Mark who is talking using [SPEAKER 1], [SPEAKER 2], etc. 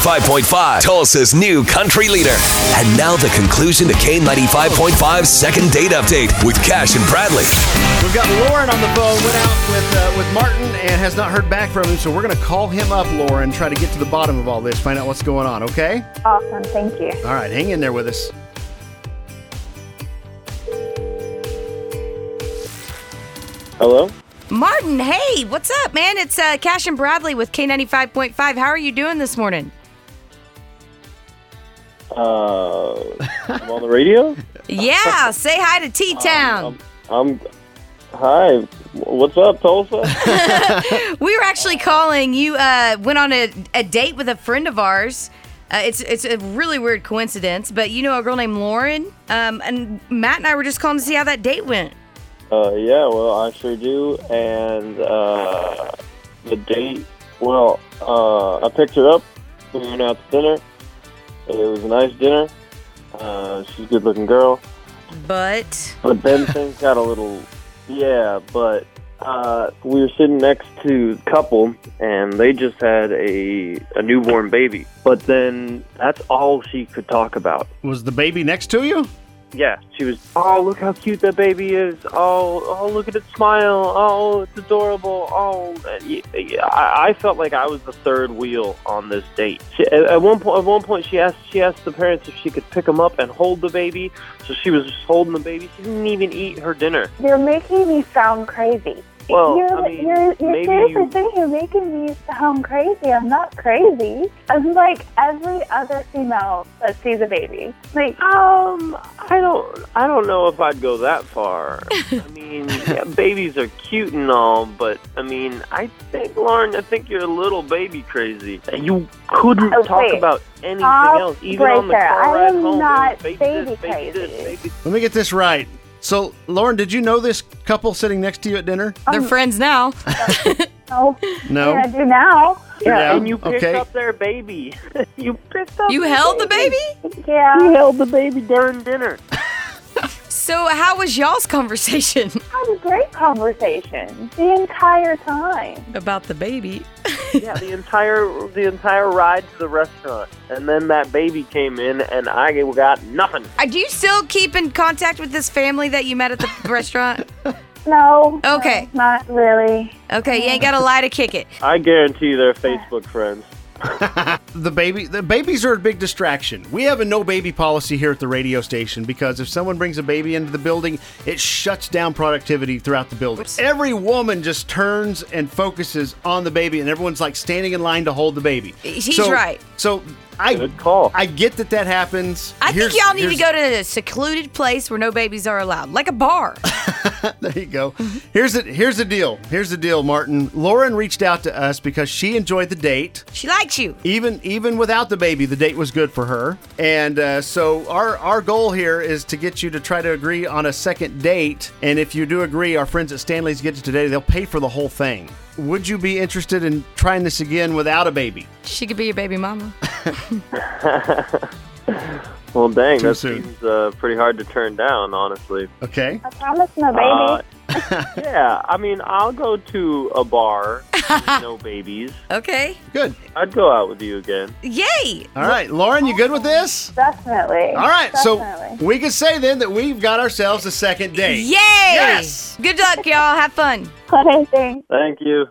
[SPEAKER 1] K95.5, Tulsa's new country leader. And now the conclusion to K95.5's second date update with Cash and Bradley.
[SPEAKER 2] We've got Lauren on the phone. Went out with uh, with Martin and has not heard back from him. So we're going to call him up, Lauren. Try to get to the bottom of all this. Find out what's going on. Okay.
[SPEAKER 3] Awesome. Thank you.
[SPEAKER 2] All right. Hang in there with us.
[SPEAKER 4] Hello?
[SPEAKER 5] Martin, hey, what's up, man? It's uh, Cash and Bradley with K95.5. How are you doing this morning?
[SPEAKER 4] Uh, I'm on the radio?
[SPEAKER 5] Yeah, say hi to T Town.
[SPEAKER 4] I'm. Hi. What's up, Tulsa?
[SPEAKER 5] we were actually calling. You uh, went on a, a date with a friend of ours. Uh, it's it's a really weird coincidence, but you know a girl named Lauren, um, and Matt and I were just calling to see how that date went.
[SPEAKER 4] uh, yeah, well, I sure do. And uh, the date, well, uh, I picked her up. We went out to dinner. It was a nice dinner. Uh, she's a good looking girl.
[SPEAKER 5] But
[SPEAKER 4] But then things got a little, yeah. But uh, we were sitting next to a couple, and they just had a a newborn baby. But then that's all she could talk about.
[SPEAKER 2] Was the baby next to you?
[SPEAKER 4] Yeah, she was. Oh, look how cute that baby is. Oh, oh, look at it smile. Oh, it's adorable. Oh, y- y- I I felt like I was the third wheel on this date. She, at at one point, at one point, she asked she asked the parents if she could pick him up and hold the baby. So she was just holding the baby. She didn't even eat her dinner.
[SPEAKER 3] You're making me sound crazy.
[SPEAKER 4] Well,
[SPEAKER 3] you're,
[SPEAKER 4] I mean,
[SPEAKER 3] you're, you're
[SPEAKER 4] maybe
[SPEAKER 3] seriously
[SPEAKER 4] you-
[SPEAKER 3] saying you're making me sound crazy. I'm not crazy. I'm like every other female that sees a baby. Like,
[SPEAKER 4] Um, I don't, I don't know if I'd go that far. I mean, yeah, babies are cute and all, but I mean, I think Lauren, I think you're a little baby crazy. You couldn't
[SPEAKER 3] Oh,
[SPEAKER 4] talk
[SPEAKER 3] wait.
[SPEAKER 4] about anything
[SPEAKER 3] Off
[SPEAKER 4] else, even on the
[SPEAKER 3] breaker.
[SPEAKER 4] car
[SPEAKER 3] I
[SPEAKER 4] ride
[SPEAKER 3] am
[SPEAKER 4] home. it
[SPEAKER 3] not
[SPEAKER 4] was baby,
[SPEAKER 3] baby
[SPEAKER 4] this, baby This,
[SPEAKER 3] crazy.
[SPEAKER 4] baby.
[SPEAKER 2] Let me get this right. So, Lauren, did you know this couple sitting next to you at dinner?
[SPEAKER 5] they're friends now.
[SPEAKER 3] no,
[SPEAKER 2] No.
[SPEAKER 3] I do now.
[SPEAKER 4] Yeah,
[SPEAKER 2] Yeah,
[SPEAKER 4] and you picked
[SPEAKER 2] okay.
[SPEAKER 4] up their baby. you picked up.
[SPEAKER 5] You
[SPEAKER 4] their
[SPEAKER 5] held the baby?
[SPEAKER 4] You
[SPEAKER 3] Yeah.
[SPEAKER 4] held the baby during dinner.
[SPEAKER 5] So, how was y'all's conversation
[SPEAKER 3] Had a great conversation the entire time.
[SPEAKER 5] about the baby?
[SPEAKER 4] yeah, the entire the entire ride to the restaurant, and then that baby came in, and I got nothing.
[SPEAKER 5] Are Uh, do you still keep in contact with this family that you met at the restaurant?
[SPEAKER 3] No.
[SPEAKER 5] Okay.
[SPEAKER 3] no, not really.
[SPEAKER 5] Okay, you ain't got to lie to kick it.
[SPEAKER 4] I guarantee they're Facebook friends.
[SPEAKER 2] the baby the babies are a big distraction we have a no baby policy here at the radio station because if someone brings a baby into the building it shuts down productivity throughout the building every woman just turns and focuses on the baby and everyone's like standing in line to hold the baby
[SPEAKER 5] He's
[SPEAKER 2] So-
[SPEAKER 5] right.
[SPEAKER 2] so i
[SPEAKER 4] Good call.
[SPEAKER 2] i get that that happens
[SPEAKER 5] I
[SPEAKER 2] Here's-
[SPEAKER 5] think y'all need to
[SPEAKER 2] here's-
[SPEAKER 5] go to a secluded place where no babies are allowed, like a bar.
[SPEAKER 2] There you go. Here's the here's the deal. Here's the deal, Martin. Lauren reached out to us because she enjoyed the date.
[SPEAKER 5] she likes you.
[SPEAKER 2] even even without the baby, the date was good for her. And uh, so our our goal here is to get you to try to agree on a second date. And if you do agree, our friends at Stanley's Get You Today they'll pay for the whole thing. Would you be interested in trying this again without a baby?
[SPEAKER 5] She could be your baby mama.
[SPEAKER 4] Well, dang,
[SPEAKER 2] Too
[SPEAKER 4] that
[SPEAKER 2] soon.
[SPEAKER 4] seems uh, pretty hard to turn down, honestly.
[SPEAKER 2] Okay.
[SPEAKER 3] I promise no baby.
[SPEAKER 4] Uh, yeah, I mean, I'll go to a bar, with no babies.
[SPEAKER 5] Okay.
[SPEAKER 2] Good.
[SPEAKER 4] I'd go out with you again.
[SPEAKER 5] Yay.
[SPEAKER 2] All right, Lauren, you good with this?
[SPEAKER 3] Definitely.
[SPEAKER 2] All right.
[SPEAKER 3] Definitely.
[SPEAKER 2] So we could say then that we've got ourselves a second
[SPEAKER 5] Yay.
[SPEAKER 2] date. Yes.
[SPEAKER 5] Good luck, y'all. Have fun.
[SPEAKER 3] What I think.
[SPEAKER 4] Thank you.